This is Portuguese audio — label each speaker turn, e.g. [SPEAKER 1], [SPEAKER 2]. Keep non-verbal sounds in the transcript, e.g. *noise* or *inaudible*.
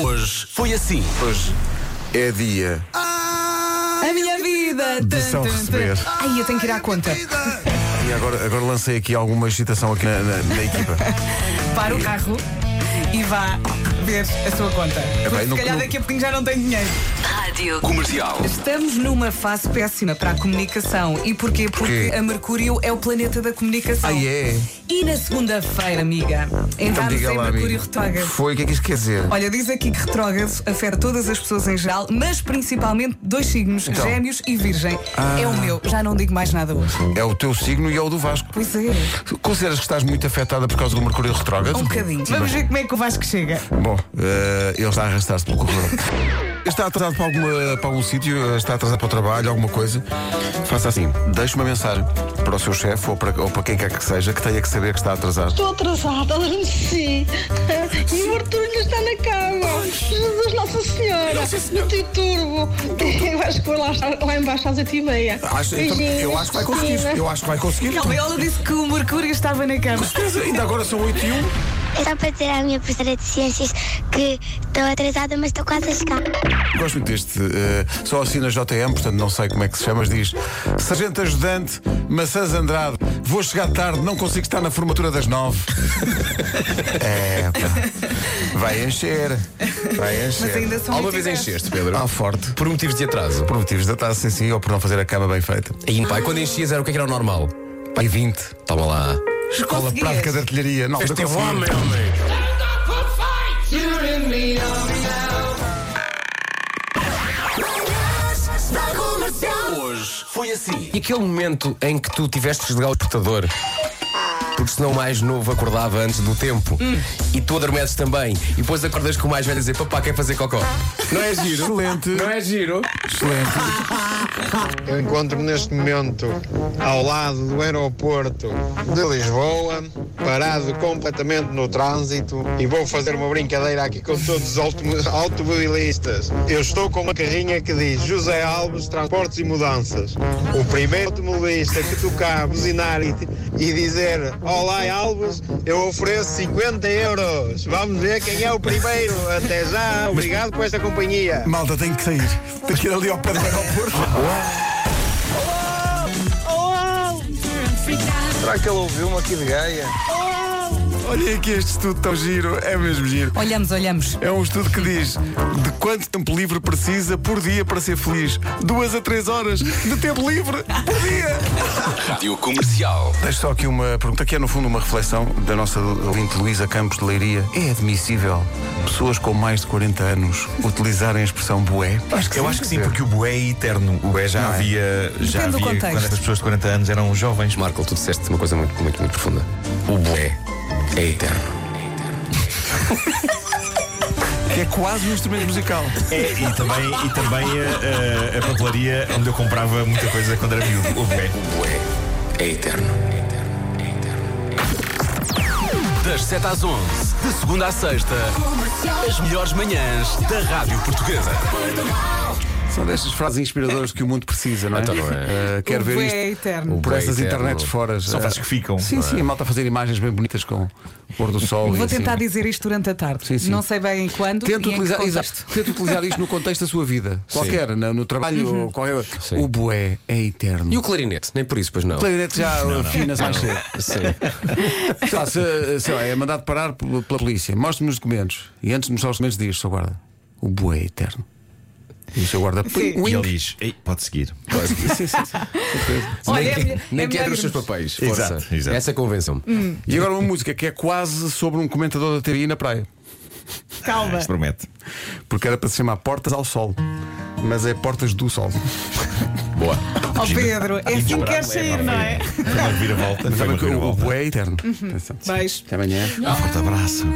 [SPEAKER 1] Hoje foi assim. Hoje
[SPEAKER 2] É dia
[SPEAKER 3] A minha vida!
[SPEAKER 2] de São Receber.
[SPEAKER 3] Ai, eu tenho que ir à conta.
[SPEAKER 2] E agora, agora lancei aqui alguma agitação aqui na, na- na
[SPEAKER 3] *laughs*
[SPEAKER 2] equipa.
[SPEAKER 3] Então Para o carro e vá ver a sua conta. Porque
[SPEAKER 2] bem,
[SPEAKER 3] se
[SPEAKER 2] não-
[SPEAKER 3] calhar
[SPEAKER 2] não-
[SPEAKER 3] daqui a pouquinho já não tenho dinheiro.
[SPEAKER 4] Rádio
[SPEAKER 1] comercial.
[SPEAKER 3] Estamos numa fase péssima para a comunicação. E porquê? Porque
[SPEAKER 2] Porquê?
[SPEAKER 3] a Mercúrio é o planeta da comunicação.
[SPEAKER 2] Ai é? Então
[SPEAKER 3] E na segunda-feira, amiga, entramos
[SPEAKER 2] diga
[SPEAKER 3] em
[SPEAKER 2] lá,
[SPEAKER 3] Mercúrio
[SPEAKER 2] amigo.
[SPEAKER 3] Retrógrado.
[SPEAKER 2] Foi, o que é que isto quer dizer?
[SPEAKER 3] Olha, diz aqui que retrógrado afeta todas as pessoas em geral, mas principalmente dois signos,
[SPEAKER 2] Então. Ah.
[SPEAKER 3] gêmeos e virgem. É o meu, já não digo mais nada hoje.
[SPEAKER 2] É o teu signo e é o do Vasco.
[SPEAKER 3] Pois é,
[SPEAKER 2] Consideras que estás muito afetada por causa do Mercúrio retrógrado?
[SPEAKER 3] um bocadinho. Vamos ver como é que o Vasco chega.
[SPEAKER 2] Bom, eh, ele está a arrastar-se pelo corredor. *laughs* Está atrasado para, alguma, para algum sítio, está atrasado para o trabalho, alguma coisa. Faça assim, deixe uma mensagem para o seu chefe ou para, ou para quem quer que seja que tenha que saber que está atrasado.
[SPEAKER 5] Estou
[SPEAKER 2] *laughs*
[SPEAKER 5] atrasada, adormeci. E o Arthur ainda está na cama. Jesus Nossa Senhora. No teu turbo. *laughs* Eu acho que vou lá, lá embaixo às 8h30.
[SPEAKER 2] Acho- então, eu acho que vai conseguir.
[SPEAKER 5] né?
[SPEAKER 2] Eu acho que vai conseguir.
[SPEAKER 3] Calma, ela disse que o Mercúrio estava na cama.
[SPEAKER 2] Mas Ainda agora são 8 e 1.
[SPEAKER 6] É só para dizer à minha professora de ciências que estou atrasada, mas estou quase a chegar.
[SPEAKER 2] Gosto muito deste. eh, só assim na JM, portanto não sei como é que se chama, mas diz Sargento Ajudante Maçãs Andrade. Vou chegar tarde, não consigo estar na formatura das nove. *laughs* é, pá. Vai encher. Vai encher.
[SPEAKER 3] Mas ainda são
[SPEAKER 1] Alguma vez
[SPEAKER 3] 8 e dez.
[SPEAKER 1] encheste, Pedro?
[SPEAKER 2] Ah, forte.
[SPEAKER 1] Por motivos de atraso.
[SPEAKER 2] Por motivos da taça, sim, sim, ou por não fazer a cama bem feita.
[SPEAKER 1] E pai, quando enchias era o que é que era o normal?
[SPEAKER 2] Pai 20.
[SPEAKER 1] Toma lá. um
[SPEAKER 2] Escola
[SPEAKER 3] Conseguias?
[SPEAKER 2] Prática de Artilharia. Não, eu consegui.
[SPEAKER 1] homem. Hoje foi assim. E aquele momento em que tu tiveste que desligar o despertador? Porque senão o mais novo acordava antes do tempo e tu adormeces também. E depois acordas com o mais velho a dizer: Papá, quer fazer cocó? Não é giro?
[SPEAKER 2] Excelente.
[SPEAKER 1] Não é giro?
[SPEAKER 2] Excelente.
[SPEAKER 7] Eu encontro-me neste momento ao lado do aeroporto de Lisboa, parado completamente no trânsito e vou fazer uma brincadeira aqui com todos os autom- automobilistas. Eu estou com uma carrinha que diz José Alves Transportes e Mudanças. O primeiro automobilista que tocar, buzinar e, e dizer Olá Alves, eu ofereço 50 euros. Vamos ver quem é o primeiro. Até já, obrigado por esta companhia.
[SPEAKER 2] Malta, tem que sair. Tem que ir ali ao pé do aeroporto.
[SPEAKER 7] Será que ele ouviu-me aqui de Gaia?
[SPEAKER 2] Olha aqui este estudo tão giro. É mesmo giro.
[SPEAKER 3] Olhamos, olhamos.
[SPEAKER 2] É um estudo que diz de quanto tempo livre precisa por dia para ser feliz. Duas a três horas de tempo livre por dia.
[SPEAKER 1] Rádio comercial.
[SPEAKER 2] Deixo só aqui uma pergunta que é, no fundo, uma reflexão da nossa ouvinte Luísa Campos de Leiria. É admissível pessoas com mais de 40 anos utilizarem a expressão bué?
[SPEAKER 8] Eu acho que sim, porque o bué é eterno. O bué já
[SPEAKER 2] Não é?
[SPEAKER 8] havia. Já
[SPEAKER 3] Depende do
[SPEAKER 8] havia
[SPEAKER 3] contexto.
[SPEAKER 8] quando estas pessoas de 40 anos eram jovens.
[SPEAKER 1] Marco, tu disseste uma coisa muito, muito, muito profunda. O bué é eterno.
[SPEAKER 2] Que é quase um instrumento musical.
[SPEAKER 8] É, e também, e também a, a, a papelaria onde eu comprava muita coisa quando era miúdo. O bué.
[SPEAKER 1] Bué é eterno. Das 7 às 11, de segunda à sexta, as melhores manhãs da Rádio Portuguesa.
[SPEAKER 2] São destas frases inspiradoras que o mundo precisa, não é?
[SPEAKER 1] Então não é.
[SPEAKER 2] Eh, quero
[SPEAKER 3] O
[SPEAKER 2] ver
[SPEAKER 3] bué
[SPEAKER 2] isto
[SPEAKER 3] é eterno.
[SPEAKER 2] por
[SPEAKER 1] bué é
[SPEAKER 2] essas
[SPEAKER 1] eterno.
[SPEAKER 2] internets fora.
[SPEAKER 8] São frases que ficam,
[SPEAKER 2] Sim,
[SPEAKER 8] não é?
[SPEAKER 2] sim, a malta a fazer imagens bem bonitas com o pôr do sol. e
[SPEAKER 3] Vou
[SPEAKER 2] assim.
[SPEAKER 3] tentar dizer isto durante a tarde.
[SPEAKER 2] Sim, sim.
[SPEAKER 3] Não sei bem quando.
[SPEAKER 2] Tenta
[SPEAKER 3] e em que
[SPEAKER 2] utilizar,
[SPEAKER 3] contexto.
[SPEAKER 2] exato, tenta utilizar isto no contexto da sua vida. Qualquer, na- no, trabalho,
[SPEAKER 3] Uhum.
[SPEAKER 2] qualquer.
[SPEAKER 1] Sim.
[SPEAKER 2] O bué é eterno.
[SPEAKER 1] E o clarinete? Nem por isso, pois não.
[SPEAKER 2] O clarinete já afinas mais cedo.
[SPEAKER 1] Sim.
[SPEAKER 2] Sei lá, se- sei lá, é mandado parar p- pela polícia. Mostre-me os documentos. E antes de mostrar os documentos, diz, seu guarda, o bué é eterno. E o seu guarda,
[SPEAKER 3] Sim.
[SPEAKER 8] E
[SPEAKER 2] "Wink."
[SPEAKER 8] ele diz: Ei, pode seguir.
[SPEAKER 2] Sim, sim, sim.
[SPEAKER 3] Olha, é
[SPEAKER 1] nem
[SPEAKER 3] melhor-
[SPEAKER 1] nem
[SPEAKER 3] é
[SPEAKER 1] quebra
[SPEAKER 3] melhor
[SPEAKER 1] os seus
[SPEAKER 3] irmos. Hum.
[SPEAKER 1] papéis. Força.
[SPEAKER 8] Exato, exato.
[SPEAKER 1] Essa é convenção-me.
[SPEAKER 2] E agora uma música que é quase sobre um comentador da TVI na praia.
[SPEAKER 3] Calma.
[SPEAKER 8] Isto promete.
[SPEAKER 2] Porque era para se chamar Portas ao Sol. Mas é Portas do Sol.
[SPEAKER 1] Boa.
[SPEAKER 3] Ó Pedro, é assim que queres sair, não é?
[SPEAKER 8] Foi uma viravolta. Foi
[SPEAKER 2] Mas
[SPEAKER 8] uma
[SPEAKER 2] sabe que o, o
[SPEAKER 8] viravolta.
[SPEAKER 2] bué é eterno. Atenção.
[SPEAKER 3] Beijo.
[SPEAKER 2] Até amanhã.
[SPEAKER 8] Forte abraço.